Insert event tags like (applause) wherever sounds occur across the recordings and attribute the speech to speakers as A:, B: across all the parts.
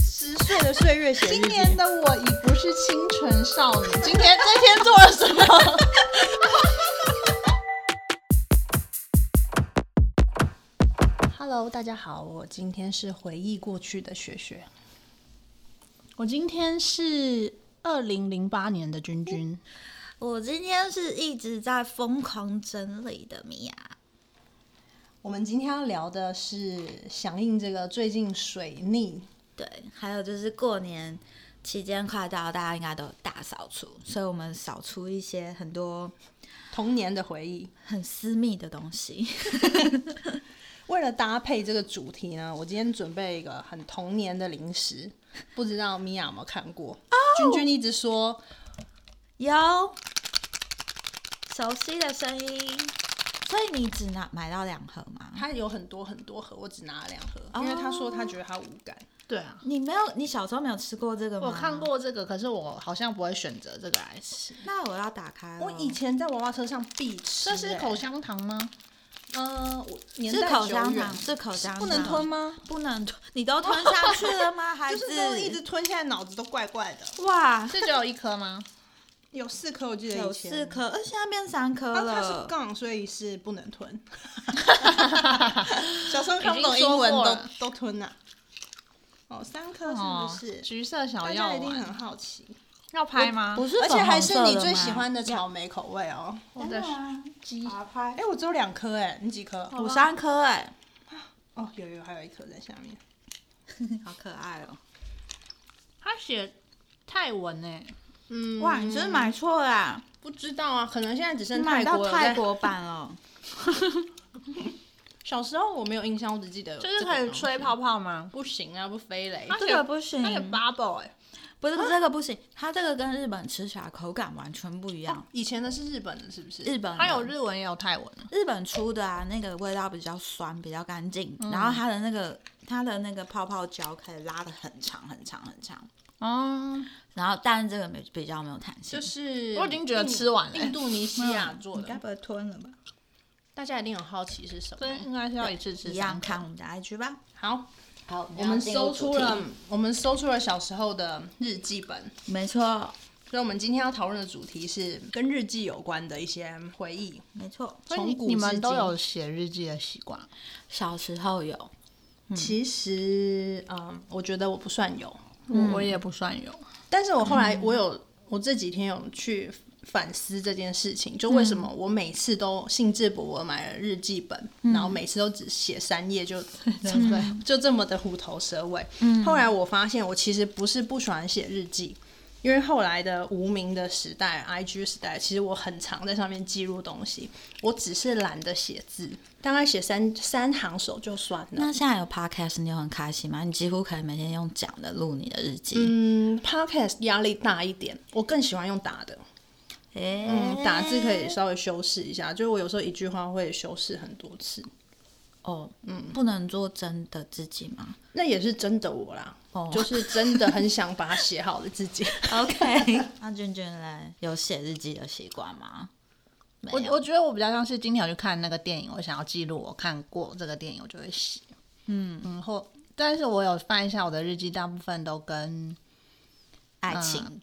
A: 十岁的岁月写日记
B: 今年的我已不是清纯少女，今天这天做了什么？Hello，大家好，我今天是回忆过去的雪雪。我今天是二零零八年的君君，
C: 我今天是一直在疯狂整理的米娅，
B: 我们今天要聊的是响应这个最近水逆，
C: 对，还有就是过年期间快到，大家应该都有大扫除，所以我们扫出一些很多
B: 童年的回忆。
C: 很私密的东西。 (laughs)
B: 为了搭配这个主题呢，我今天准备一个很童年的零 (laughs) 食，不知道米娅有没有看过？君君一直说
C: 有熟悉的声音，所以你只拿买到两盒吗？
B: 他有很多很多盒，我只拿了两盒，因为他说他觉得他无感。
A: 对啊，
C: 你没有，你小时候没有吃过这个吗？
A: 我看。过这个，可是我好像不会选择这个来吃。
C: 那我要打开了。
B: 我以前在娃娃车上必吃、
A: 这是
B: 欸
A: 口香糖吗？
B: 呃，我年
C: 是
B: 代
C: 口
B: 久
C: 香
B: 远
C: 糖，是口香糖，
B: 不能吞吗？
C: 不能吞，你都吞下去了 (laughs) 吗？孩
B: 就
C: 子，
B: 是都一直吞，现在脑子都怪怪的。
C: 哇，
A: 这只有一颗 (laughs) 吗？
B: 有四颗，我记得
C: 有
B: 以前
C: 四，颗，呃，现在变三颗
B: 它
C: 了。
B: 它是杠，所以是不能 (laughs) 吞。小时候看不懂
A: 已
B: 英
A: 经说过
B: 文都
A: 了
B: 都吞呐、哦，三颗是
A: 哦
B: 不是？
A: 橘色小
B: 大
A: 药
B: 家一定很
A: 丸？
B: 好奇，
A: 要拍吗？
C: 不是
B: 而
C: 粉红色
B: 且
C: 的吗，
B: 还是你最喜欢的草莓口味哦。
A: 我的啊鸡
C: 打啊拍
B: 哎、我只有两颗哎，你几颗？
C: 五三颗哎，
B: 哦，有有，还有一颗在下面。
C: 好可爱哦！
A: 他写泰文哎、
B: 嗯，
C: 哇，你真的买错啦，
B: 不知道啊，可能现在只
C: 你
B: 剩
C: 嗯买
B: 泰
C: 到
B: 国了。
C: 泰
B: 在
C: 国版了，
B: 小时候我没有印象，我只记得有
A: 就是
B: 这
A: 可以
B: 个
A: 吹
B: 东西。
A: 泡泡吗？
B: 不行啊，不飞嘞。
C: (laughs)
A: 它
C: 这个不行
A: 它写 bubble 哎、
C: 不是这个不行，它这个跟日本吃起来口感完全不一样。
B: 以前的是日本的，是不是？
C: 日本的
A: 哦它有日文也有泰文啊
C: 日本出的啊，那个味道比较酸，比较干净，然后它的那个它的那个泡泡胶可以拉的很长很长很长，
A: 哦，
C: 然后但是这个没比较没有弹性，
B: 就是
A: 我已经觉得吃完了
B: 印印度尼西亚做的，
C: 不会吞了吧？
B: 大家一定很好奇是什
A: 所以
B: 么。
A: 应该是要欸一次吃
C: 一
A: 三
C: 样
A: 颗
C: 看我们的 IG 吧。
B: 好，
C: 好，
B: 我们搜出了，我们搜出了小时候的日记本，
C: 没错，
B: 所以我们今天要讨论的主题是跟日记有关的一些回忆。
C: 没错。
A: 所以
B: 从
A: 你
B: 古
A: 你
B: 至
A: 们都
B: 今
A: 有写日记的习惯，
C: 小时候有，
B: 其实，嗯，我觉得我不算有，
A: 我我也不算有。
B: 但是我后
A: 嗯
B: 来我有，我这几天有去反思这件事情，就为什
A: 嗯
B: 么我每次都兴致勃勃买了日记本，然后每次都只写三页就
A: (laughs) 对，嗯
B: 就这么的虎头蛇尾。后来我发现，我其实不是不喜欢写日记，因为后来的无名的时代，IG 时代，其实我很常在上面记录东西，我只是懒得写字，大概写三三行手就算了。
C: 那现在有 podcast，你有很开心吗？你几乎可以每天用讲的录你的日记。
B: 嗯，Podcast 压力大一点，我更喜欢用打的。
C: 诶
B: 嗯，打字可以稍微修饰一下，就是我有时候一句话会修饰很多次，
C: 哦，不能做真的自己吗
B: 那也是真的我啦，
C: 哦
B: 就是真的很想把它写好的自己。
C: (laughs) ？OK，那娟娟嘞，有写日记的习惯吗？没
A: 我
C: 有
A: 我觉得我比较像是今天我去看那个电影，我想要记录我看过这个电影，我就会写。嗯嗯，后但是我有翻一下我的日记，大部分都跟
C: 爱情，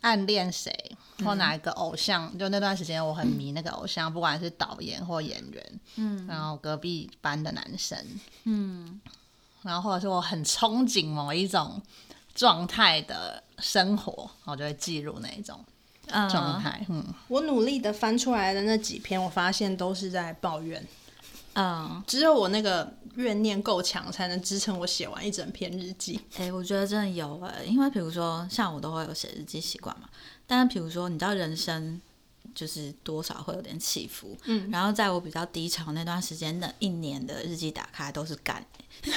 A: 暗恋谁或哪一个偶像，就那段时间我很迷那个偶像，不管是导演或演员，嗯，然后隔壁班的男生，嗯，然后或者是我很憧憬某一种状态的生活，我就会记录那一种
C: 嗯
A: 状态，嗯，
B: 我努力的翻出来的那几篇，我发现都是在抱怨，
C: 嗯，
B: 只有我那个怨念够强，才能支撑我写完一整篇日记。
C: 哎、我觉得真的有哎、因为比如说像我都会有写日记习惯嘛，但是比如说你知道人生就是多少会有点起伏，嗯，然后在我比较低潮那段时间，那一年的日记打开都是干、 (laughs) 就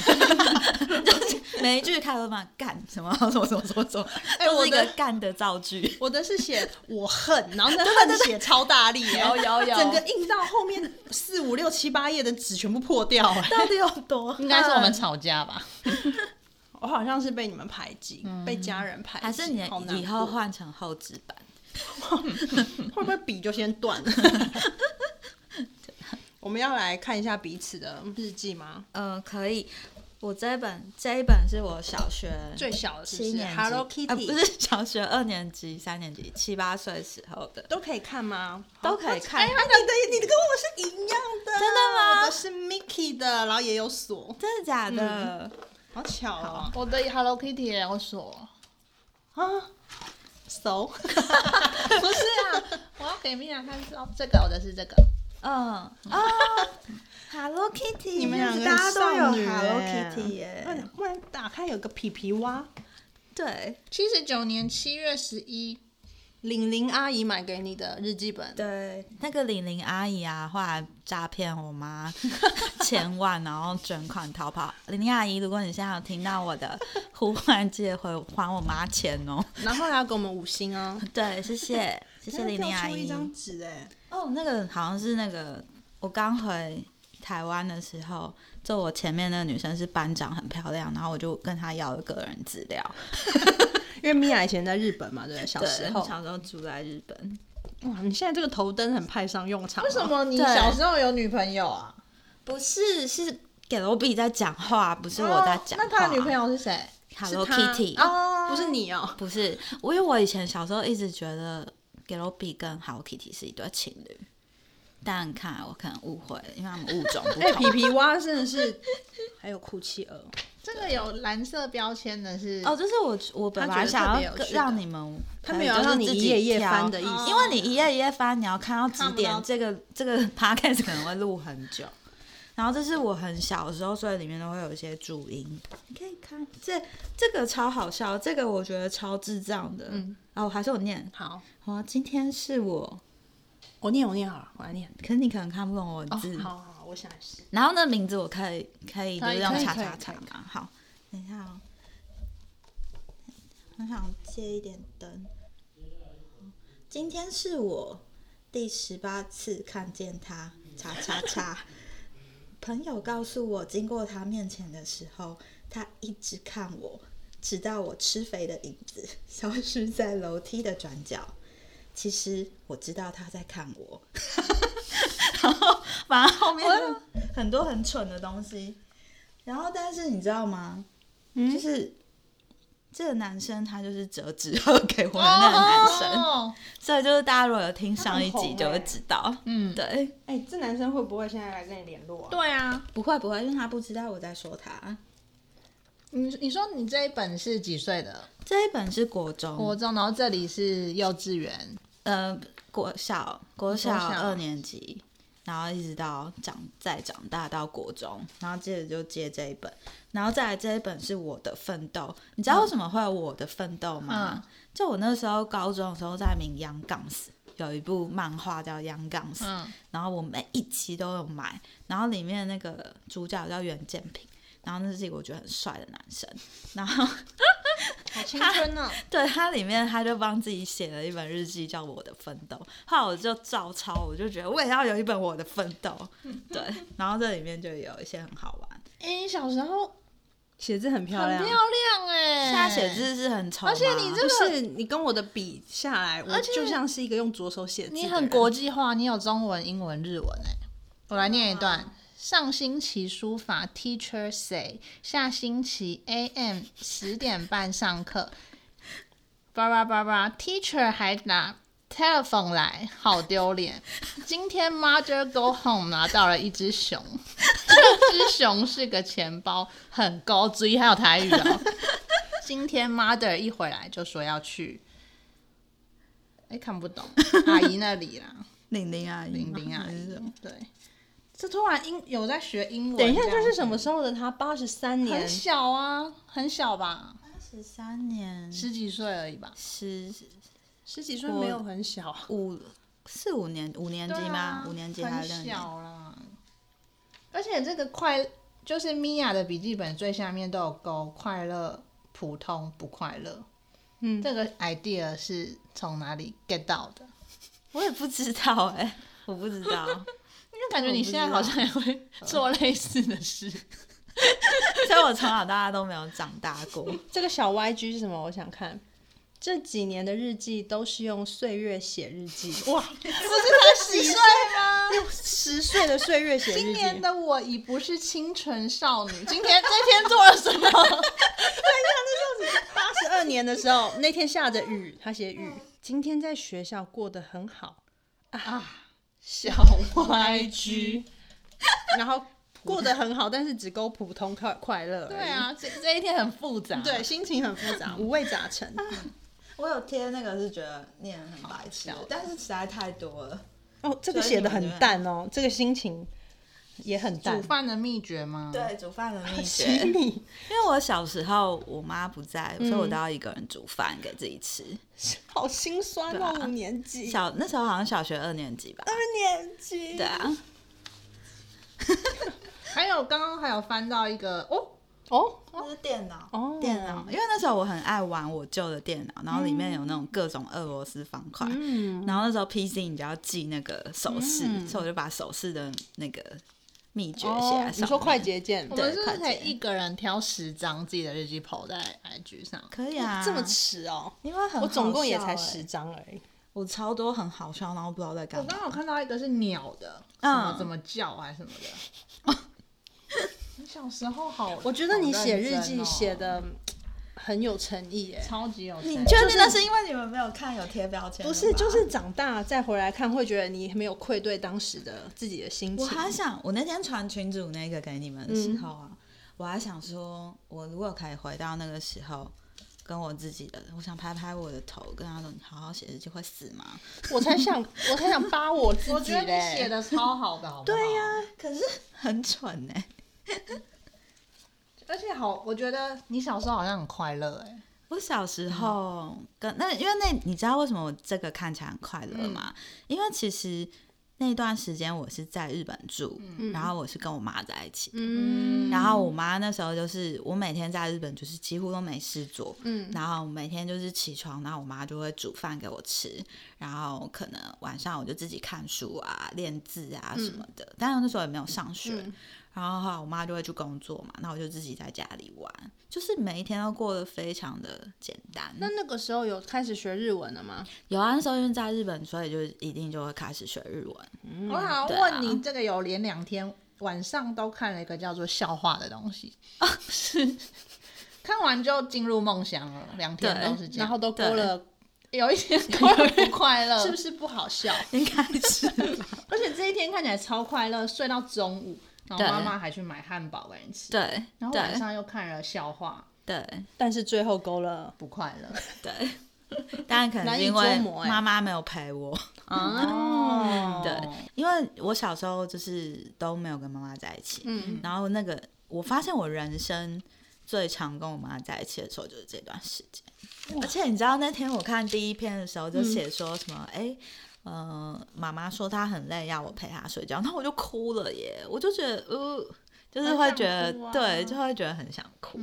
C: 是每一句开头都嘛干什么什么什么什么 (laughs) 什么，
B: 哎
C: 都
B: 我
C: 是一个
B: 的
C: 干的造句。 (laughs)
B: 我的是写我恨，然后那恨写超大力、欸，
C: (laughs) 有有有
B: 整个印到后面四五六七八页的纸全部破掉、欸。
C: (laughs) 到底有多？啊
A: 应该是我们吵架吧，
B: 我好像是被你们排挤，被家人排挤，
C: 嗯还是你
B: 好难
C: 以后
B: 过
C: 换成厚纸板？
B: 会不会笔就先
C: (laughs)
B: 断了？我们要来看一下彼此的日记吗？
C: 呃，可以。我这一本这一本是我小学
B: 最小的是
C: 七
B: 不是
C: 年级
B: Hello
C: 啊
B: Kitty？、
C: 不是小学二年级、三年级、七八岁时候的，
B: 都可以看吗？
C: 都可以看
B: 哎呀，你的你的跟我是一样的，真
C: 的吗
B: 我的是 Mickey 的，然后也有锁，
C: 真的假的？
B: 好巧哦。
A: 我的 Hello Kitty 也有锁，
B: 啊， (laughs) 熟，
A: 不是啊，我要给米娅看是哦，这个我的是这个，
C: 嗯啊、，Hello Kitty，
B: 你们两个
C: 大家都有
B: 少女
C: Hello
B: 欸
C: Kitty 耶、
B: 哎不然打开有个皮皮蛙，
C: 对
A: 七十九年七月十一，
B: 玲玲阿姨买给你的日记本，
C: 对，那个玲玲阿姨啊，后来诈骗我 (laughs) 妈千万，然后卷款逃跑。玲玲阿姨，如果你现在有听到我的呼唤，记得回还我妈钱哦。
B: 然后还要给我们五星 (laughs) 哦。
C: (laughs) 对，谢谢，谢谢玲玲阿
B: 掉出一
C: 姨。
B: 张纸哎，
C: 哦，那个好像是那个我刚回台湾的时候，就我前面那个女生是班长，很漂亮，然后我就跟她要了个人资料。
B: 因为米娅以前在日本嘛，对不对，小时候。
C: 小时候住在日本，
B: 哇，你现在这个头灯很派上用场哦。
A: 为什么你
C: 对
A: 小时候有女朋友啊？
C: 不是是给罗比在讲话，不是我在讲话。
A: 哦啊那他的女朋友是谁？
C: Hello
B: 是他
C: Kitty
A: 哦
B: 不是你哦？
C: 不是，我因为我以前小时候一直觉得 g a l b y 跟 Hello Kitty 是一对情侣，但看来我可能误会了，因为他们物种不
B: 哎，
C: 同。
B: (laughs) 皮皮蛙真的是，还有哭泣鹅，
A: 这个有蓝色标签的是
C: 哦，，就是我我本
B: 他觉
C: 来
B: 得
C: 想
B: 特别
C: 要
B: 有
C: 跟
B: 趣的
C: 让你们，
B: 他没有
C: 就是
B: 让你
C: 自己
B: 一页一页
C: 挑
B: 翻的意
A: 哦
B: 思。
C: 因为你一页一页翻，你要看到几
A: 看
C: 点，
A: 不到
C: 这个这
B: (laughs)
C: 个 podcast 可能会录很久。然后这是我很小的时候，所以里面都会有一些注音。你可以看这这个超好笑，这个我觉得超智障的。嗯，哦，还是我念。
B: 好，
C: 哦，今天是我，
B: 我念我念好了，我来念。嗯
C: 可是你可能看不懂我的字。
B: 好好好，我想试。
C: 然后那名字我可以可以就
A: 可以
C: 是用
A: 可以
C: 叉
A: 可以
C: 叉叉
A: 可以
C: 嘛。好，等一下哦。我想借一点灯。今天是我第十八次看见他，叉叉叉。
A: (laughs)
C: 朋友告诉我，经过他面前的时候，他一直看我，直到我吃肥的影子消失在楼梯的转角。其实我知道他在看我， (laughs) 然后反正后面
B: 哦
C: 很多很蠢的东西。然后，但是你知道吗？
B: 嗯
C: 就是这个男生他就是折纸鹤给我的那个男生，
A: 哦
C: 所以就是大家如果有听上一
B: 他很
C: 集
B: 红
C: 就会
B: 欸
C: 知道，
A: 嗯，
C: 对，
B: 哎、这男生会不会现在来跟你联络啊？
A: 对啊，
C: 不会不会，因为他不知道我在说他。
A: 你你说你这一本是几岁的？
C: 这一本是国中，
A: 国中，然后这里是幼稚园，
C: 呃国小国小
A: 国小
C: 二年级，然后一直到长再长大到国中，然后接着就接这一本，然后再来这一本是我的奋斗。你知道为什么会有我的奋斗
A: 嗯
C: 吗？就我那时候高中的时候在名央杠死。有一部漫画叫《央杠死》，
A: 嗯，
C: 然后我每一期都有买，然后里面那个主角叫袁建平，然后那是一个我觉得很帅的男生，然后
B: 好青春
A: 哦
B: 呢、
C: 对他里面，他就帮自己写了一本日记，叫《我的奋斗》。后来我就照抄，我就觉得我也要有一本《我的奋斗》。对，
D: (laughs)
C: 然后这里面就有一些很 (laughs) 好玩。
A: 哎、你小时候
B: 写字很漂
A: 很
B: 亮，
A: 漂亮哎、
C: 现在写字是很丑吗，
A: 而且你这
B: 不
A: 个
B: 是你跟我的比下来，我
A: 而且
B: 就像是一个用左手写字的人。
A: 你很国际化，你有中文、英文、日文哎、我来念一段。上星期书法 teacher say，下星期 AM 十点半上课。叭叭叭叭，teacher 还拿 telephone 来，好丢脸。今天 mother go home 拿到了一只熊，这只熊是个钱包，很高追，还有台语哦。今天 mother 一回来就说要去，哎、看不懂，阿姨那里啦。
C: 玲玲阿姨，
A: 玲玲
D: 啊
A: 阿姨
C: 嗯，
A: (laughs) 对，这突然英有在学英文，
B: 等一下，这是什么？时候的他？八十三年
A: 很，小啊，很小吧，
C: 十三年
A: 十几岁而已吧。
C: 十
B: 十几岁没有很小，
A: 啊
C: 五四五年五年级
A: 对
C: 吗
A: 啊？
C: 五年级还
A: 很
C: 是六年级？
A: 小啦。而且这个快就是米娅的笔记本最下面都有勾快乐、普通、不快乐。
B: 嗯
A: 这个 idea 是从哪里 get 到的？
C: 我也不知道哎、我不知道，
A: 因为感觉你现在好像也会 (laughs) 做类似的 (laughs) 事。
C: 所以我从小到大都没有长大过。
B: 这个小 YG 是什么？我想看。这几年的日记都是用岁月写日记， (laughs) 哇，
A: 不是才十岁吗？
B: 用十岁的岁月写日记。
A: 今年的我已不是清纯少女。今天这天做了什么？
B: 八十二年的时候，那天下着雨，他写雨。今天在学校过得很好，
A: 小 YG。
B: 然后过得很好，但是只够普通快快乐。
A: 对，啊，这这一天很复杂。
B: 对，，心情很复杂，五味杂陈。
D: (laughs) 我有贴那个是觉得念很白痴
A: 好笑，
D: 但是实在太多了。
B: 哦，这个
D: 所以
B: 写的
D: 你们
B: 很淡哦，这个心情也很淡
A: 煮。饭的秘诀吗？，
D: 对，煮饭的秘
B: 洗
D: 诀，
B: 米，
C: 因为我小时候我妈不在，所以
B: 嗯
C: 我都要一个人煮饭给自己吃。
B: 好心酸哦，
C: 对啊
B: 五年级，
C: 小那时候好像小学二年级吧。
B: 二年级，
C: 对啊，
A: 还有刚刚还有翻到一个哦，
B: 哦
D: 那是电脑。
B: 哦，
D: 电脑
C: 因为那时候我很爱玩我旧的电脑，然后里面有那
B: 嗯
C: 种各种俄罗斯方块，然后那时候 PC 你就要记那个手势，所以我就把手势的那个秘诀写
B: 嗯哦
C: 在上面。
B: 你说快捷键，
A: 我
C: 对
A: 们是不
C: 快
A: 是可以
C: 捷
A: 一个人挑十张自己的日记跑在 IG 上？
C: 可以啊，
B: 这么迟哦，
D: 因为很
B: 我总共也
D: 好
B: 才
D: 笑欸
B: 十张而已。
C: 我超多很好笑，然后不知道在干
A: 我
C: 嘛
A: 刚。刚有看到一个是鸟的，
C: 嗯
A: 什么怎么叫还是什么的。你小时候好，
B: 我觉得你写日
A: 好认真
B: 记
A: 哦
B: 写的很有诚意耶。
A: 超级有才，
C: 你
A: 你
C: 确
D: 就
C: 定
D: 是
C: 那
D: 那
C: 是
D: 是
C: 因
D: 因为你们没有看有贴标签的
B: 不
D: 吧，
B: 是，就是长大再回来看，会觉得你没有愧对当时的自己的心情。
C: 我还想，我那天传群主那个给你们的时候啊，我还想说，我如果可以回到那个时候，跟我自己的，我想拍拍我的头，跟他说：“你好好写日记会死吗
B: 我才想，我才想扒我自己嘞。
A: 我觉得你写的超好的，好不好？对呀、？”
C: 可是很蠢呢、
A: 而且好，我觉得你小时候好像很快乐哎、
C: 我小时候跟那，因为那你知道为什么我这个看起来很快乐吗？因为其实那段时间我是在日本住，然后我是跟我妈在一起的
B: 嗯，
C: 然后我妈那时候就是我每天在日本就是几乎都没事做，嗯，然后每天就是起床，然后我妈就会煮饭给我吃，然后可能晚上我就自己看书啊、练字啊什么
B: 嗯
C: 的。但是那时候也没有上学，然后后来我妈就会去工作嘛，那我就自己在家里玩，就是每一天都过得非常的简单。
B: 那那个时候有开始学日文了吗？
C: 有啊，那时候因为在日本，所以就一定就会开始学日文。
A: 我想要
C: 对啊
A: 问你，这个有连两天晚上都看了一个叫做笑话的东西啊， (laughs) 是看完就进入梦乡了，两天
C: 对
A: 都是这样，
B: 嗯然后都勾了，
A: 有一天快乐不快 (laughs) 乐，
B: 是不是不好笑？
C: 应该是吧
A: 而且这一天看起来超快乐，睡到中午，然后
C: 对
A: 妈妈还去买汉堡给你吃，
C: 对，
A: 然后晚
C: 对
A: 上又看了笑话，
C: 对
B: 但是最后勾了
A: 不快乐。 (laughs)
C: 对， (laughs) 当然可能
B: 难以
C: 是因为
B: 捉摸欸
C: 妈妈没有陪我。
B: 哦
C: 对， (laughs) 因为我小时候就是都没有跟妈妈在一起，
B: 嗯，
C: 然后那个我发现我人生最常跟我妈在一起的时候就是这段时间，而且你知道那天我看第一篇的时候就写说什么，哎、呃，妈妈说她很累，要我陪她睡觉，然后我就哭了耶，我就觉得，呃，就是会觉得
A: 很想，哭啊
C: 对，就会觉得很想哭。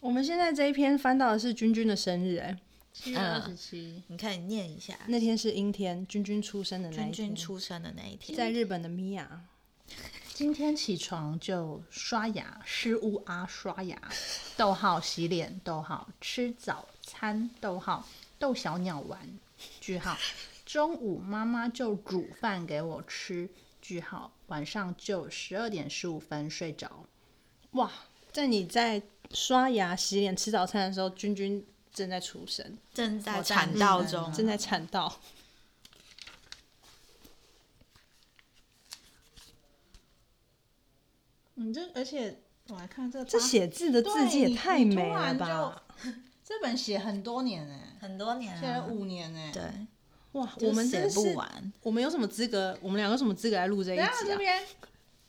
B: 我们现在这一篇翻到的是君君的生日、哎，
A: 七月二十七，
C: 你可以念一下
B: 那天是阴天，君君出生的那
C: 君
B: 一天，
C: 君出生的那一天，
B: 在日本的米娅，
A: 今天起床就刷牙，失误啊刷牙， (laughs) 逗号洗脸，逗号吃早餐，逗号逗小鸟玩，句号中午妈妈就煮饭给我吃，句号晚上就十二点十五分睡着，
B: 哇，在你在刷牙、洗脸、吃早餐的时候，君君正在出生，嗯
C: 正在
A: 我在
C: 产
A: 日
C: 道
A: 本
C: 中，
A: 啊
B: 正在产道。
A: 你嗯这而且我来看这
B: 这写字的字迹也太美了吧！啊
A: 这本写很多年
B: (laughs)
A: 哎、
D: 很多年
A: 写了
D: 了。
A: 五年哎、
C: 啊对，
B: 哇，
C: 就
B: 我们
C: 写
B: 真
C: 不
B: 是，
C: 完， (laughs)
B: 我们有什么资格？我们两个有什么资格来录这一集
A: 然后这
B: 啊？
A: 边
B: (laughs)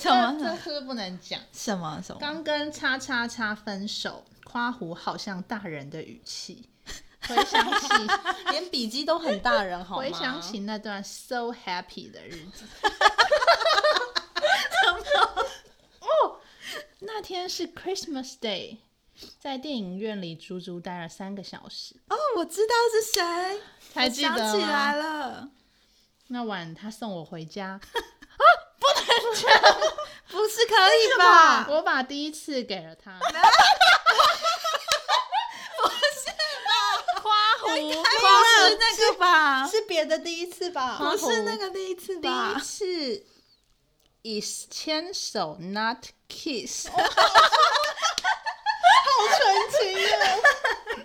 C: 什么
A: 这是不能讲。
C: 什么什么？
A: 刚跟叉叉叉分手，夸胡好像大人的语
C: (laughs)
A: 气。回想起，
B: 连笔记都很大人，好吗？
A: 回想
B: (laughs)
A: 起那段 so happy 的日
C: (laughs)
A: 子。 (laughs) 哦，那天是 Christmas Day，在电影院里足足待了三个小时，
C: 哦，我知道是谁，
A: 才记
C: 想
A: 得
C: 起
A: 吗
C: 来了，
A: 那晚他送我回家，
C: 不是可以吧？
A: 啊我把第一次给了他。不是吧？夸
C: 个吧？
D: 是别的第一次吧？
C: 不是那个第一次
A: 第一
C: 吧？
A: 次以牵手 not kiss，
D: 哦纯情耶，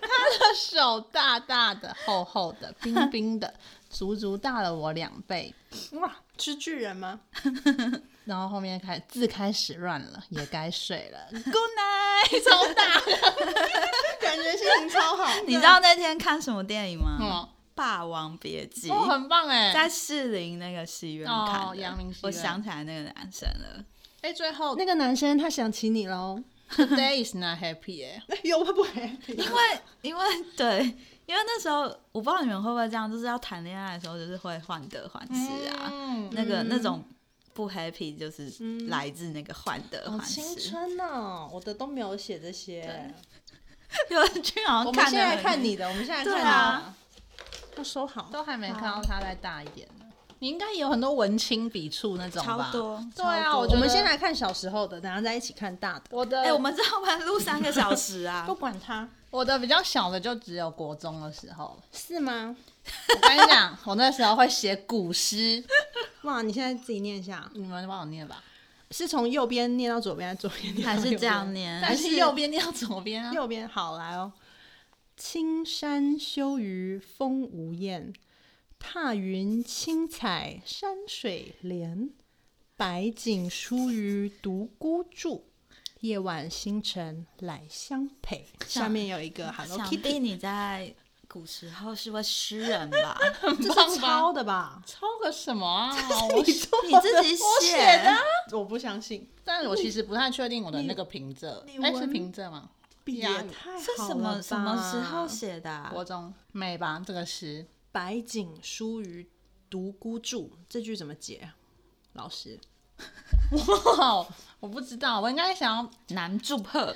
A: 他的手大大的、厚厚的、冰冰的，足足大了我两倍。
B: 哇，是巨人吗？
A: 然后后面开字开始乱了，也该
D: (laughs)
A: 睡了。
C: Good night，超大。
D: 感觉心情超好。
C: 你知道那天看什么电影吗？
A: 嗯
C: 霸王别姬》
A: 哦，很棒哎！
C: 在士林那个戏院看的。
A: 哦阳明戏
C: 我
A: 院
C: 想起来那个男生了。
A: 哎，最后
B: 那个男生他想起你 (laughs) 喽，
A: Today is not happy 哎，
D: 有会不会？
C: 因为 (laughs) 因为对，因为那时候我不知道你们会不会这样，就是要谈恋爱的时候，就是会患得患失啊，
A: 嗯，
C: 那个、那种不 happy 就是来自那个患得
B: 好
C: 患
B: 青
C: 失。
B: 春哦，我的都没有写这些。
C: (laughs) 有人去好
D: 我
C: 像
D: 们
C: 看
D: 现
C: 得
D: 在
C: 很
D: 看你的，我们现在
C: 对
D: 看
C: 啊
D: 啊，
B: 要收好，
A: 都还没看到他再大一点呢。你应该也有很多文青笔触那种吧？
C: 超多
A: 对啊，
B: 我
A: 觉得
B: 们先来看小时候的，等下再一起看大的。
A: 我的，
C: 哎、我们这要不然录三个小时啊
B: 不，管他
A: 我的比较小的就只有国中的时 (laughs) 候。
B: 是吗？
A: 我跟你讲，我那时候会写古诗，
B: 哇，你现在自己念一下，
A: 你们帮我念吧。
B: 是从右边念到左边，还是左
C: (laughs) 还
B: 边念到右
C: 是
B: 边
C: 这样念？
A: 但是右边念到左边
C: 嗯
A: 啊。
B: 右边好来哦。青山修于风无厌，踏云青彩山水连。白景疏于独孤住，夜晚星辰来相陪。下面有一个 Hello
C: 想
B: Kitty，
C: 必你在古时候是位诗人 (laughs) 吧？
B: 这
A: 棒吧
B: 是抄的吧？
A: 抄个什么 (laughs) 啊？我
C: 你自己写
A: 的
B: 我不相信，
A: 但我其实不太确定我的那个平仄
B: 你，
A: 哎，
B: 文
A: 是平仄吗？
B: 也
A: 押韵
B: 太
C: 是
B: 好
C: 什
B: 了
C: 么
B: 吧
C: 什么时候写的、啊？
A: 国中美吧，这个诗
B: 白景疏于独孤住这句怎么解啊？老师，
A: 哇，哦我不知道，我应该想要
C: 南祝贺，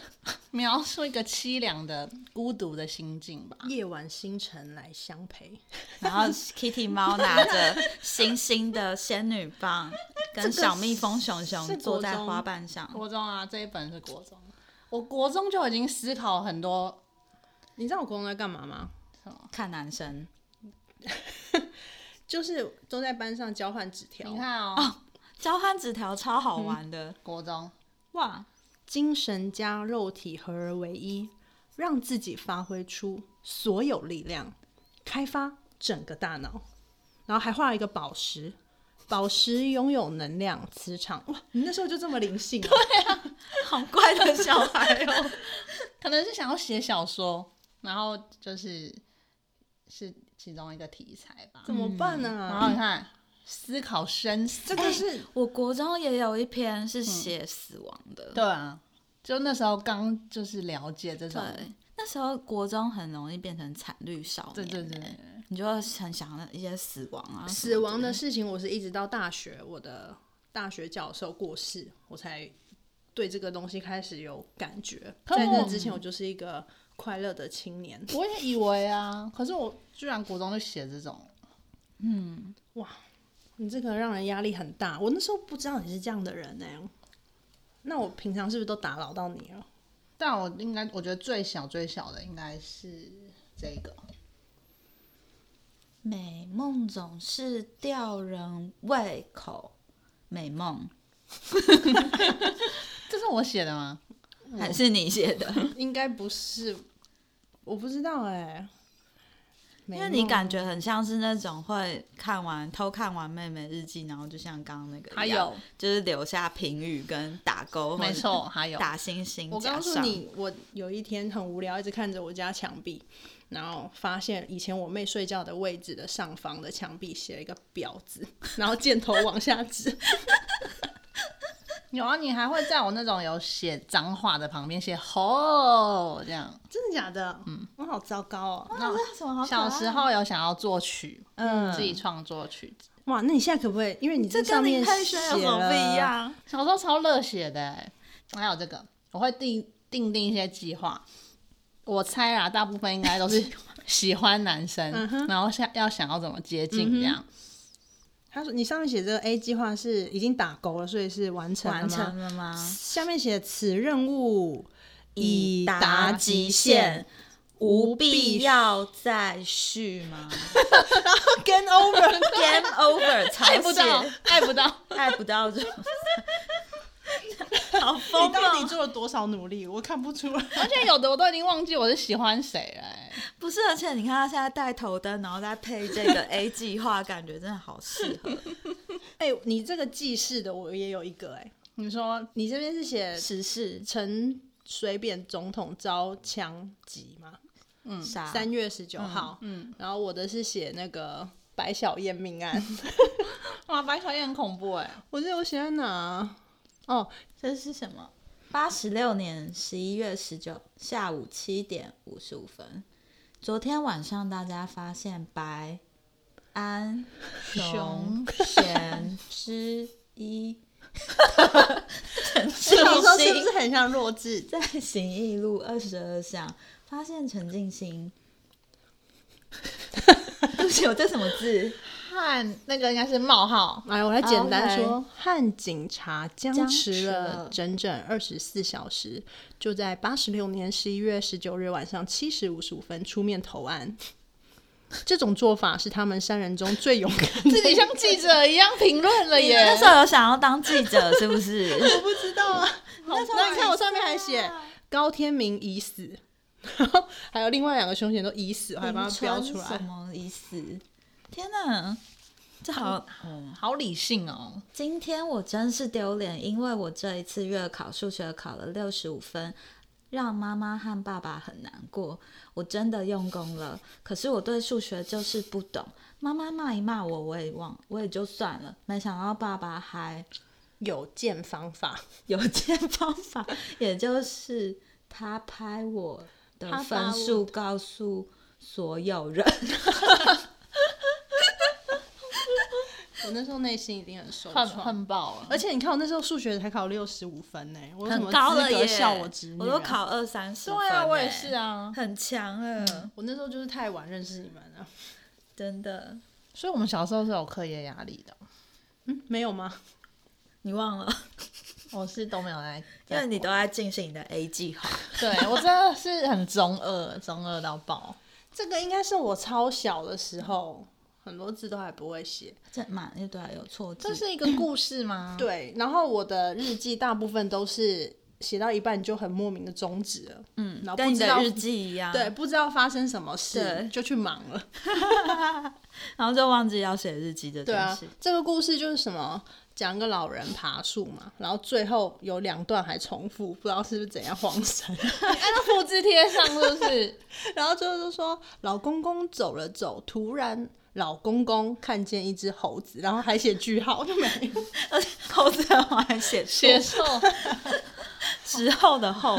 A: 描述一个凄凉的、孤独的心境吧。
B: 夜晚星辰来相陪。
C: 然后 Kitty 猫拿着星星的仙女 (laughs) 棒，跟小蜜蜂熊
B: 是
C: 熊
B: 国
C: 坐在
B: 中
C: 花瓣上。
A: 国中啊，这一本是国中，我国中就已经思考很多
B: 你知道我国中在干嘛吗？
C: 看男生，
B: 就是都在班上交换纸条
A: 你。看哦，
C: 交换纸条超好玩的、
A: 国中
C: 哇！
B: 精神加肉体合而为一，让自己发挥出所有力量，开发整个大脑。然后还画了一个宝石，宝石拥有能量、磁场。哇，你那时候就这么灵性、啊？
C: 好乖的小 (laughs) 孩哦，
A: 可能是想要写小说，然后就是是其中一个题材吧。
B: 怎么办呢、
A: 然后你看，思考生死，
B: 这个是
C: 我国中也有一篇是写死亡的，
A: 对啊，就那时候刚就是了解这种，
C: 对，那时候国中很容易变成惨绿少
A: 对
C: 年，
A: 对对，对
C: 你就会很想那一些死亡啊，
B: 死亡的事情，我是一直到大学，我的大学教授过世，我才对这个东西开始有感觉。
A: 可我
B: 在那之前，我就是一个快乐的青年。
A: 我也以为啊，可是我居然国中就写这种，
B: 你这个让人压力很大，我那时候不知道你是这样的人呢、那我平常是不是都打扰到你了？
A: 但我应该我觉得最小最小的应该是这个，
C: 美梦总是吊人胃口，美梦
A: 这是我写的吗？
C: 还是你写的？
B: 应该不是，我不知道哎、
C: 因为你感觉很像是那种会看完偷看完妹妹日记，然后就像刚刚那个一样，就是留下评语跟打勾，
A: 没错，，还有
C: 打星星。
B: 我告诉
C: 加上，
B: 你，我有一天很无聊，一直看着我家墙壁，然后发现以前我妹睡觉的位置的上方的墙壁写了一个“婊子”， (laughs) 然后箭头往下指。
A: 有啊，你还会在我那种有写脏话的旁边写吼这样。
B: 真的假的？嗯，我好糟糕哦。
C: 那为什么好可
A: 小
C: 爱啊
A: 时候有想要作曲，
B: 嗯
A: 自己创作曲子，
B: 哇，那你现在可不可以？因为你
C: 这
B: 上
C: 跟
B: 面
C: 林佩轩有什么不一
B: 写了？
C: 样？
A: 小时候超热血的、欸。还有这个，我会定定定一些计划。我猜啊，大部分应该都是喜欢男生，然后想要想要怎么接近这样。
B: 他说你上面写这个 A 计划是已经打勾了，所以是完成了
C: 完
B: 吗
C: 成。了吗？
B: 下面写此任务
C: 已达极限，无必要再续 (laughs) 吗
B: Get over，
C: (laughs) ？Game (laughs) over，超
A: 爱不到
C: 写，
A: 爱哎不到。
C: 爱不到 (laughs) 就好疯
B: 你到底
C: 哦！
B: 做了多少努力？我看不出来。
A: 而且有的我都已经忘记我是喜欢谁了、欸。
C: 不是，而且你看他现在带头灯，然后再配这个 A 计划，感觉真的好适 (laughs) 合。
B: 哎、你这个记事的我也有一个哎、
A: 你说
B: 你这边是写
C: 时事
B: 陈水扁总统遭枪击吗？
C: 啥？
B: 三月十九号啊嗯，然后我的是写那个白小燕命 (laughs) 案，
A: 哇，白小燕很恐怖哎、
B: 我这我写在哪啊？哦，
C: 这是什么？八十六年十一月十九下午七点五十五分，昨天晚上大家发现白安雄贤之一陈
B: 我
C: 静
B: 想说是不
C: 心
B: 是很像弱智？
C: 在行义路二十二巷发现陈静心。 (laughs) 对不起，我这什么字？
A: 汉那个应该是冒号，
B: 哎，我来简单
C: OK
B: 说，汉警察僵
C: 僵
B: 持
C: 持
B: 了
C: 了
B: 整整二十四小时，就在八十六年十一月十九日晚上七时五十五分出面投案。这种做法是他们三人中最勇敢的。
A: 自己像记者一样评论了耶。
C: 那时候有想要当记者是不是？
B: (laughs) 我不知道啊，那你看我上面还写高天明已死，然后还有另外两个凶嫌都已死，我还把它标出
C: 什
B: 来。
C: 么意思？天哪，这好。
A: 好理性哦，
C: 今天我真是丢脸，因为我这一次月考数学考了六十五分，让妈妈和爸爸很难过。我真的用功了，可是我对数学就是不懂。妈妈骂一骂我，我也忘，我也就算了。没想到爸爸还 (laughs)
B: 有见方法，
C: 有件方法，也就是他拍我的分数，告诉所有人。
B: 我那时候内心一定很受
A: 恨
B: 创。
A: 恨爆啊了。
B: 而且你看，我那时候数学才考六十五分呢、我有什
C: 很
B: 么
C: 高了
B: 资格
C: 耶！
B: 笑我侄女、啊？
C: 我都考，二三十分欸。
A: 对啊，我也是啊。
C: 很强了，
B: 我那时候就是太晚认识你们 (laughs) 了。
C: 嗯真的。
A: 所以我们小时候是有课业压力的，
B: 嗯，没有吗？
C: 你忘了，
A: 我是都没有来，
C: 因为你都在进行你的 A 计 (laughs) 划。
A: 对我真的是很中二，中二到爆。
B: 这个应该是我超小的时候，很多字都还不会写。
C: 这满一堆啊有错字
A: 这，是一个故事吗？
B: 对，然后我的日记大部分都是写到一半就很莫名的终止了。嗯，然后
C: 跟
B: 不
C: 你
B: 知
C: 的
B: 道
C: 日记一样。
B: 对，，不知道发生什么事
C: 对
B: 就去忙了。
C: 然后就忘记要写日记这
B: 对
C: 件
B: 啊
C: 事。，
B: 这个故事就是什么？讲一个老人爬树嘛，然后最后有两段还重复，不知道是不是怎样晃神。
A: 你按照哎复制贴上是不是？
B: (laughs) 然后最后就说老公公走了走，突然老公公看见一只猴子，然后还写句号，就没了。
C: 而且后字我还写
A: 写错，
C: 之后的后，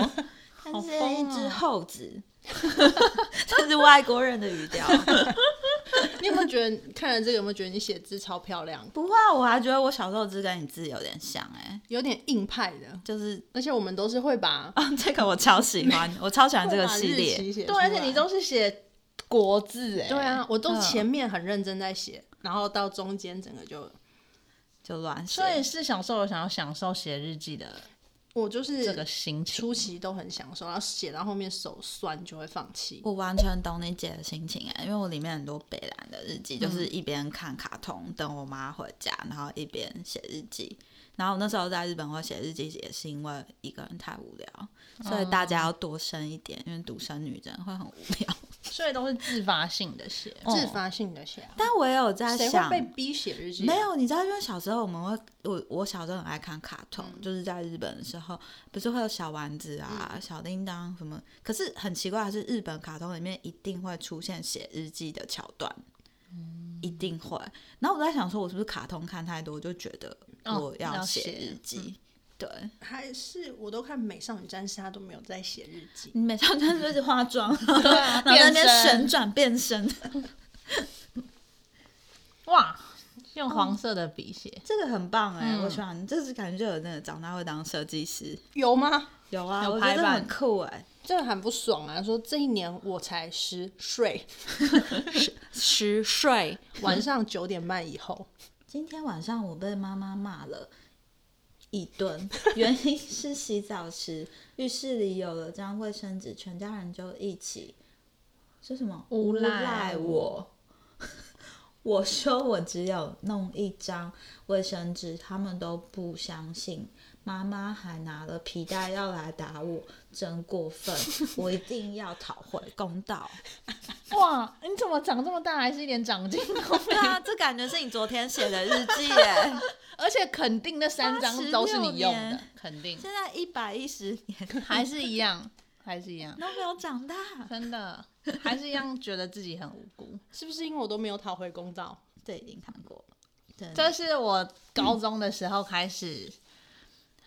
C: 它是一只猴子， (laughs) 这是外国人的语调。啊
B: 你有没有觉得看了这个有没有觉得你写字超漂亮，
C: 不会啊，我还觉得我小时候字跟你字有点像哎、
B: 有点硬派的？
C: 就是
B: 而且我们都是会把
C: 啊，这个我超喜欢，我超喜欢这
B: 会
C: 个
B: 把
C: 系
B: 日期
C: 列。
B: 写出
A: 对，
B: 来
A: 而且你都是写国字哎。
B: 对啊，我都
C: 嗯
B: 前面很认真在写，然后到中间整个就
C: 就乱写
A: 所，以是小时候有想要享受写日记的
B: 我就是
A: 这个心情
B: 初。期都很享受，然后写到后面手酸就会放弃。
C: 我完全懂你姐的心情哎、因为我里面很多北兰的日记，就是一边看卡通等我妈回家，然后一边写日记。然后我那时候在日本会写日记，也是因为一个人太无聊，所以大家要多生一点，因为独生女真的会很无聊。
A: 所以都是自发性的写。
B: 自发性的写啊，
C: 但我也有在
B: 谁
C: 想
B: 会，被逼写日记啊？
C: 没有，你知道，因为小时候我们会，我我小时候很爱看卡通，
A: 嗯
C: 就是在日本的时候，不是会有小丸子啊、小叮当什么。可是很奇怪的是，日本卡通里面一定会出现写日记的桥段，
A: 嗯
C: 一定会。然后我在想，说我是不是卡通看太多，我就觉得
A: 哦
C: 我
A: 要
C: 写
A: 写嗯
C: 日记。对，
B: 还是我都看《美少女战士》，她都没有在写日记。
C: 你每上天就是化妆， (laughs) 然后
A: 对啊，
C: 在那
A: 变
C: 边旋
A: 身
C: 转变
A: (laughs)
C: 身，
A: 哇，用黄色的笔写。
C: 这个很棒哎、
A: 嗯
C: 我喜欢，这是感觉就有那个长大会当设计师。
B: 有吗？
C: 有啊，
A: 有
C: 我觉
A: 排
C: 得
A: 版
C: 很酷哎、
B: 真的很不爽啊！说这一年我才十岁，
C: 十岁。
B: 晚上九点半以后，
C: 今天晚上我被妈妈骂了一
D: (laughs)
C: 顿，原因是洗澡时浴室里有了张卫生纸，全家人就一起是什么？
B: 无
D: 无赖我。 (laughs) 我说我只有弄一张卫生纸，他们都不相信。妈妈还拿了皮带要来打我，真过分！我一定要讨回公道。
A: 哇，你怎么长这么大还是一点长进都没
C: 对
A: 有？
C: 啊，这感觉是你昨天写的日记耶。
A: 而且肯定那三张都是你用
C: 86
A: 的
C: 年，
A: 肯定
C: 现在一百一十年
A: 还是一样， (laughs) 还是一样，
C: 都没有长大，
A: 真的 (laughs) 还是一样觉得自己很无辜。
B: 是不是因为我都没有讨回公道？
C: 这已经看过了。真的
A: 这是我高中的时候开始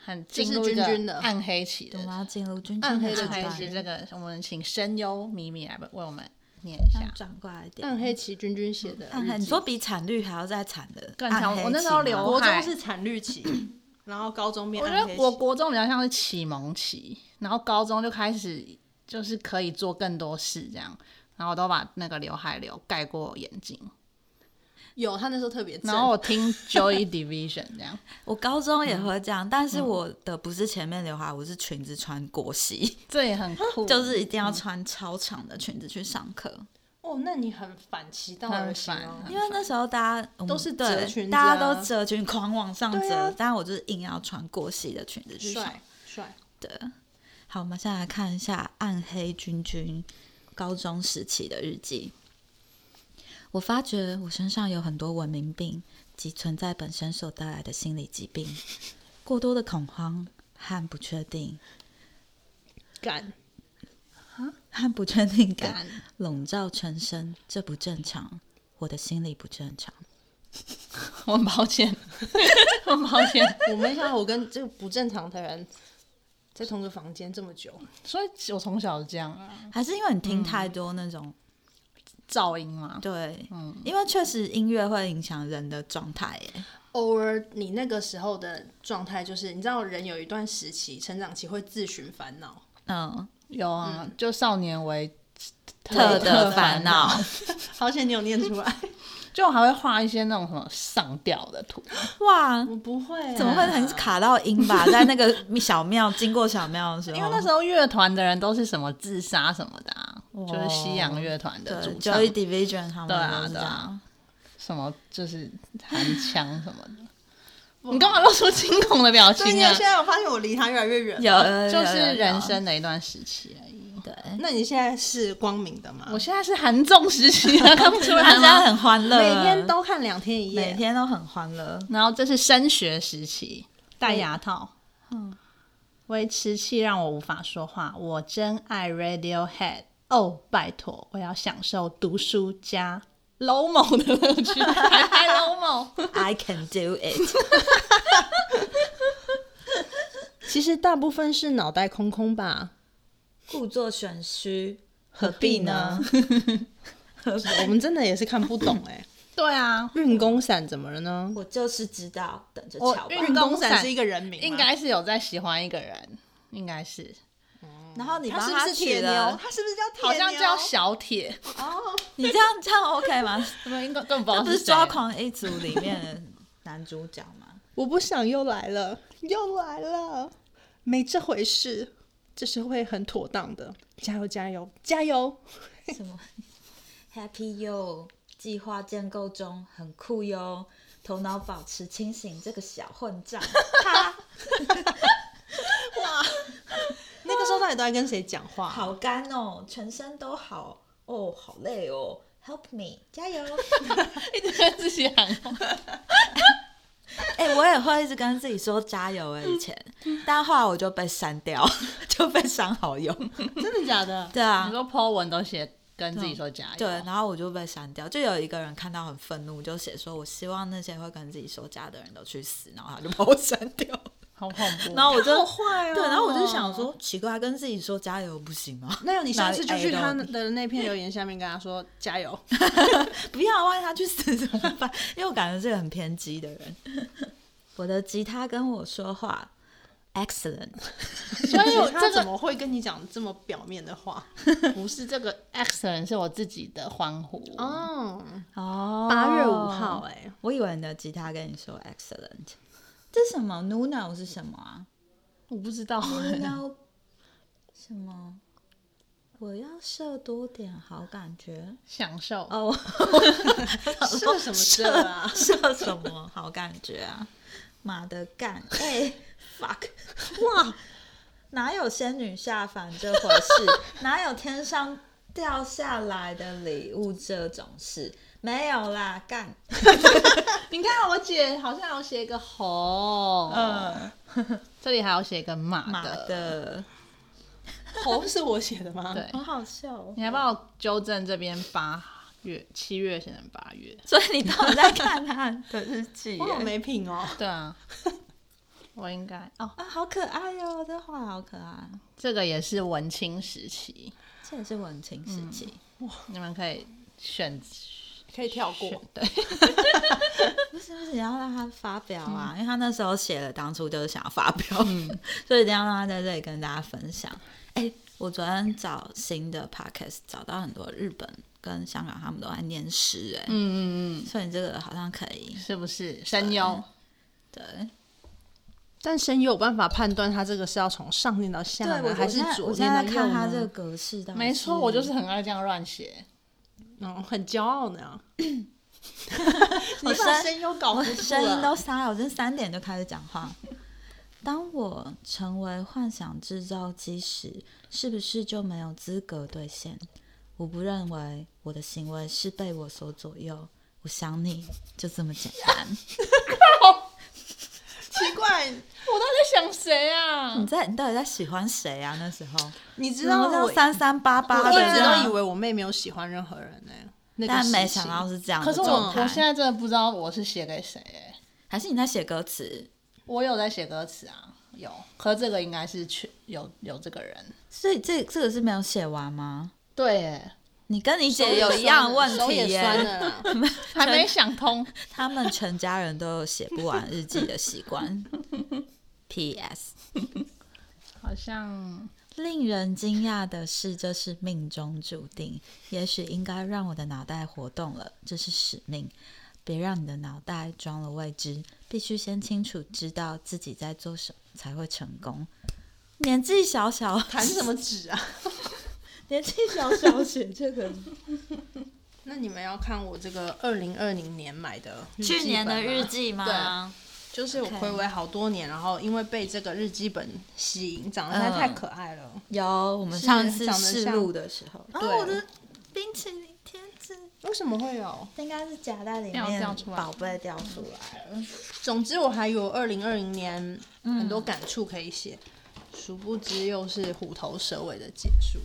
A: 很进入
B: 就是
A: 一个
B: 君君的
A: 暗黑期的
C: 我们要进入君
A: 暗
C: 君
A: 黑
C: 的
A: 的
C: 长
A: 开
C: 官
A: 始，这个我们请声优米米来为我们念一下
C: 让。转过来一点。
B: 暗黑期君君写的
C: 暗
B: 日
C: 黑，
B: 记
C: 你说比惨绿还要再惨的
A: 更惨
C: 暗黑
A: 我那时候
C: 期吗
A: 留
B: 国中是惨绿期，然后高中变
A: 我觉
B: 暗
A: 得
B: 黑期。
A: 我国中比较像是启蒙期，然后高中就开始就是可以做更多事这样，然后我都把那个刘海留盖过眼睛，
B: 有他那时候特别正，
A: 然后我听 Joy Division 这样，
C: 我高中也会这样，
B: 嗯
C: 但是我的不是前面刘海，我是裙子穿过膝，
A: (laughs) 这也很酷，
C: 就是一定要
B: 嗯
C: 穿超长的裙子去上课，
B: 哦，那你很反其道而行哦
A: 很反
C: 因为那时候大家我们
B: 都是
C: 对
B: 折裙子啊
C: 大家都折裙狂往上
B: 对
C: 折，
B: 啊
C: 但我就是硬要穿过膝的裙子去上
B: 帅帅。
C: 好，我们现在来看一下暗黑君君高中时期的日记。我发觉我身上有很多文明病及存在本身所带来的心理疾病，过多的恐慌和不确定，
B: 感
C: 和不确定感 (laughs)
B: 感
C: 笼罩全身，这不正常。我的心理不正常。
A: (laughs) 我很抱 (laughs) 歉，我很抱歉，
B: (laughs) 我没想到我跟这个不正常的人在同个房间这么久，
A: (laughs) 所以我从小就这样啊，
C: 还是因为你听太多那种、
A: 噪音嘛，
C: 对，因为确实音乐会影响人的状态耶。
B: 偶尔你那个时候的状态就是，你知道人有一段时期成长期会自寻烦恼，
C: 嗯，
A: 有啊，就少年为
C: 特的烦恼，
B: 好险你有念出来，
A: 就我还会画一些那种什么上吊的图，
C: 哇，
B: (laughs) 我不会、啊
C: 怎么会很卡到音吧？在那个小庙经过小庙的时候，
A: 因为那时候乐团的人都是什么自杀什么的、啊，就是西洋乐团的主
C: 对
A: 唱
C: Joy Division 他们
A: 对啊
C: 都是这
A: 对啊
C: 样
A: 什么就是弹枪什么的。你干嘛露出惊恐的表情
D: 所以你
A: 啊
D: 现？在有发现我离他越来越远了。
C: 有有有
A: 就是人
C: 有
A: 生的一段时期而已。
C: 有对，
B: 那你现在是光明的吗？
A: 我现在是韩重时期 (laughs) 啊，看不出
C: 他
A: 来
C: 现在
A: 吗？
C: 很欢乐，
B: 每天都看两天一
C: 每
B: 夜，
C: 天都很欢乐。
A: 然后这是升学时期，戴牙套，嗯，维持器让我无法说话。我真爱 Radiohead，哦，拜托，我要享受读书加 Lomo 的乐趣， (laughs) 还拍 Lomo。
C: I can do it，
B: 其实大部分是脑袋空空
C: (laughs)
B: 吧。
C: 故作玄虚，何必
B: 必呢
C: 呢？
B: 我们真的也是看不懂
C: (laughs)
B: 哎、
A: (laughs) 对啊，
B: 运功伞怎么了呢？
C: 我就是知道，等着
A: 我
C: 瞧吧。
A: 运动伞
B: 个人名吗
A: 应该是有在喜欢一个人，应该是
C: 然后你
D: 他
C: 帮
D: 是不是
C: 取
D: 铁牛
B: 哦
C: 了？，
D: 他是不是叫铁牛？
A: 好像叫小铁，
C: (laughs) 你这样这样 OK 吗？
A: 他们应该更不知
C: 这
A: 道
C: 不是《
A: 谁啊
C: 抓狂一族》里面的男主角吗？
B: 我不想又来了，又来了，没这回事，这是会很妥当的，加油加油加油！
C: 什么 Happy You 计划建构中，很酷哟！头脑保持清醒，这个小混 (laughs) 账，他
B: 那个时候到底都在跟谁讲话？，
C: 好干哦，全身都好哦，好累哦，Help me，加油！
A: 一直跟自己喊话。
C: (laughs) 哎、我也会一直跟自己说加油哎，以前，但后来我就被删掉， (laughs) 就被删好 (laughs) 友。
B: 真的假的？
C: 对啊
A: 你，说 po 文都写跟自己说加油，
C: 对，然后我就被删掉。就有一个人看到很愤怒，就写说：“我希望那些会跟自己说加的人都去死。”然后他就把我删掉。
A: 好恐怖。
C: 然后我就
B: 好坏哦
C: 对，然后我就想说，奇怪，跟自己说加油不行吗？
B: 那你下次就去他
C: 哪里
B: 的那篇留言下面跟他说加油。
C: (laughs) 不要，万一他去死怎么办？因为我感觉是个很偏激的人。 (laughs) 我的吉他跟我说话，excellent，
A: 所以我
B: 他
A: 这
B: 怎
A: 个
B: 么会跟你讲这么表面的话？
A: 不是这个 excellent 是我自己的欢呼。
B: (laughs) 哦，
C: 哦，
B: 八月五号哎、
C: 我以为你的吉他跟你说 excellent，这什么 Nuno 是什么啊 (laughs)
A: 我不知道，
C: ？Nuno 什么？我要射多点好感觉
A: 享受。
C: 哦，
B: 射什么射
C: (laughs)
B: 啊？
C: 射什么好感觉啊？妈的 (laughs) 干！哎、fuck！哇，哪有仙女下凡这回事？ (laughs) 哪有天上掉下来的礼物这种事？没有啦，干！
A: 你看啊我姐好像有写一个猴，
C: 嗯，
A: (laughs) 这里还有写一个马
C: 妈
A: 的，
C: 的，
B: (laughs) 猴是我写的吗？
A: 对，
C: 好好笑、哦！
A: 你还帮我纠正这边八月七月写成八月，
C: 所以你到底在看他的日记 (laughs) 耶？
B: 我好没品哦。
A: 对啊， (laughs) 我应该哦，
C: 啊，好可爱哟、这画好可爱，
A: 这个也是文青时期，
C: 这也是文青时期。
A: 你们可以选
B: 可以跳过
A: 选。对，
C: 不是不是，你要让他发表
B: 嗯
C: 啊，因为他那时候写了，当初就是想要发表， (laughs) 所以一定要让他在这里跟大家分享。哎、我昨天找新的 podcast，找到很多日本跟香港他们都在念诗、哎、
A: 嗯嗯嗯，嗯
C: 所以你这个好像可以。
A: 是不是声优？
C: 对，
B: 但声优有办法判断他这个是要从上念到下
C: 对
B: 呢，
C: 我
B: 还是
C: 我现在
B: 左
C: 我
B: 念
C: 现在
B: 到右
C: 看他
B: 呢
C: 这个格式到底，
A: 没错，我就是很爱这样乱写。
B: 嗯，很骄傲 (laughs) 呢。
C: 我
B: 你把
C: 声
B: 声优搞啊
C: 我
B: 糊
C: 声音都沙了，我真三点就开始讲话。当我成为幻想制造机时，是不是就没有资格兑现？我不认为我的行为是被我所左右。我想你，就这么简
B: (laughs)
C: 单。
B: 奇怪，
A: 我到底在想谁啊？
C: 你在你到底在喜欢谁啊？那时候，
B: 你知
C: 然
B: 道
C: 后
B: 我
C: 就三三八八
B: 我
C: 的
B: 一
C: 这
B: 直
C: 样，
B: 都以为我妹没有喜欢任何人呢、那个
C: 啊但
B: 时
C: 没
B: 期
C: 想到是这样
A: 可
C: 的
A: 是我
C: 状
A: 我现
C: 态。
A: 在真的不知道我是写给谁欸
C: 还是你在写歌词？
A: 我有在写歌词啊，有，可是这个应该是去有有这个人。
C: 所以这这个是没有写完吗？
A: 对耶，
C: 你跟你
B: 手
C: 姐
B: 也
C: 有一样
B: 酸了
C: 问
B: 手
C: 题
B: 也
C: 耶、
B: 酸了啊
C: (laughs)
B: 啦。
A: 还没想通。
C: 他们全家人都有写不完日记的习 (laughs) 惯。P.S.
A: (laughs) 好像
C: 令人惊讶的是，这是命中注定。也许应该让我的脑袋活动了，这是使命。别让你的脑袋装了未知，必须先清楚知道自己在做什么才会成功。年纪小小，
B: 弹什么 (laughs) 纸啊？
C: (laughs) 年纪小小写这个，
B: 那你们要看我这个二零二零年买的日记
C: 去年的
B: 本吗
C: 日，记吗？
B: 就是我暌违好多年，然后因为被这个日记本吸引，长得实在太可爱了。
C: 有，我们嗯上次
B: 长得
C: 试
B: 像
C: 录的时候，啊，
B: 对
C: 我的冰淇淋贴纸。
B: 为什么会有？
C: 应该是夹在里
A: 掉掉
C: 面，
A: 出来
C: 宝贝掉出来了。
B: 总之，我还有二零二零年很多感触可以写，殊不知又是虎头蛇尾的结束。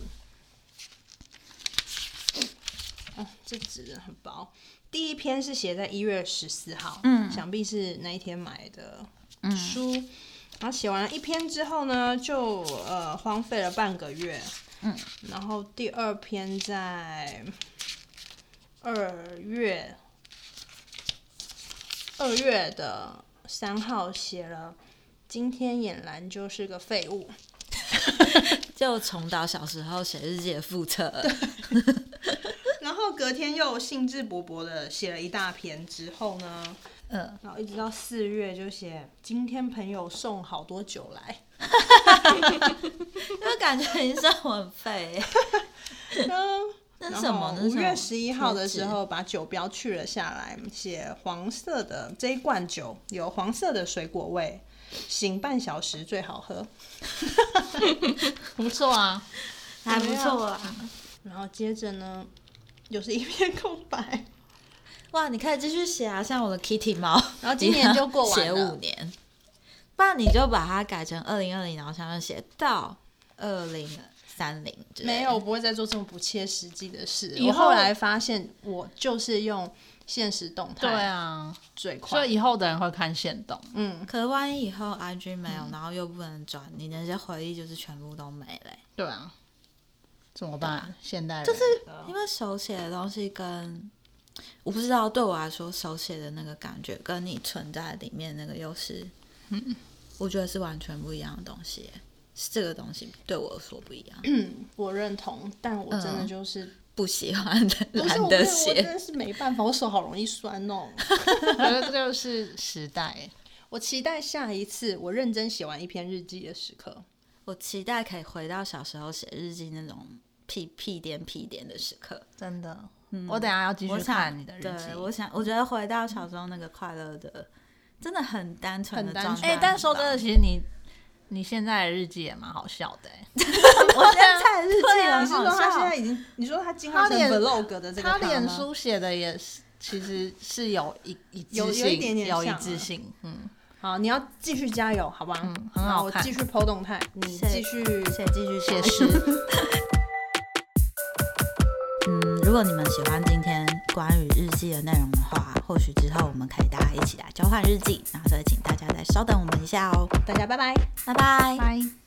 B: 哦，这纸很薄。第一篇是写在一月十四号，嗯，想必是那一天买的书。然后写完了一篇之后呢，就呃荒废了半个月，嗯，然后第二篇在二月二月的三号写了，今天俨然就是个废
C: (laughs)
B: 物。
C: (laughs) 就重蹈小时候写日记的覆辙。 (laughs)
B: 然后隔天又兴致勃勃的写了一大篇，之后呢，
C: 嗯，
B: 然后一直到四月就写今天朋友送好多酒
C: (laughs)
B: 来，
C: 就感觉你生活很废。那是什么？那是
B: 嗯五
C: 什么
B: 月十一号的时，
C: 贴
B: 候，把酒标去了下来，写黄色的这一罐酒有黄色的水果味，醒半小时最好喝。
A: 不错啊，
C: 纸 (laughs) 还不错啊啦。
B: 然后接着呢，又是一片空白。
C: 哇，你可以继续写啊，像我的 Kitty 猫，
A: 然后今年就过
C: (laughs)
A: 完了
C: 写五年，不然你就把它改成二零二零，然后上面写到二零三零。
B: 没有，我，不会再做这么不切实际的事。
A: 以
B: 我
A: 后
B: 后来发现，我就是用现实动
A: 对
B: 态
A: 啊，
B: 最
A: 所
B: 快。
A: 以以后的人会看现动，
B: 嗯，
C: 可是万一以后 IG 没有，然后又不能转，你那些回忆就是全部都没了欸、
A: 对啊，怎么办？现代人
C: 就是因为手写的东西跟我不知道，对我来说，手写的那个感觉跟你存在里面那个又是，嗯，我觉得是完全不一样的东西耶，是这个东西对我说不一样，
B: 我认同，但我真
A: 嗯
B: 的就是、
C: 不喜欢的，
B: 不是
C: 懒
B: 我
C: 得
B: 真的我真
C: 写。
B: 的是没办法，我手好容易酸哦。 (laughs)
A: 我觉得这就是时 (laughs) 代。
B: 我期待下一次我认真写完一篇日记的时刻。
C: 我期待可以回到小时候写日记那种屁屁颠屁颠的时刻。
A: (laughs) 真的。嗯我等一下要继
C: 我
A: 续看
C: 想
A: 你的日
C: 对
A: 记，，
C: 我想，我觉得回到小时候那个快乐的，真的很单纯的
B: 很单
C: 状态
B: 纯
A: 哎、
C: 吧。
A: 但说真的，其实你你现在的日记也蛮好笑的、欸，
C: 我现在的日
A: (laughs)
C: 记
B: 对啊，
C: 很
B: 你是说
C: 好
B: 他现
C: 笑
B: 在。已经，你说他进化成
A: 他脸
B: vlog 的这个咖
A: 他脸
B: 吗
A: 书写的也是，其实是有一一致
B: 有有一
A: 性
B: 点点
A: 有一
B: 像
A: 致
B: 啊
A: 性，嗯，
B: 好，你要继续加油，好吧？
A: 嗯很
B: 然
A: 好
B: 后我
A: 看
B: 继续剖动态，你
C: 谢
B: 继续
C: 且继续
A: 写
C: 写
A: 实
C: 诗。。 (laughs) 嗯，如果你们喜欢今天关于日记的内容的话，或许之后我们可以大家一起来交换日记，然后再请大家再稍等我们一下哦。
B: 大家拜拜。
C: 拜拜。
A: 拜。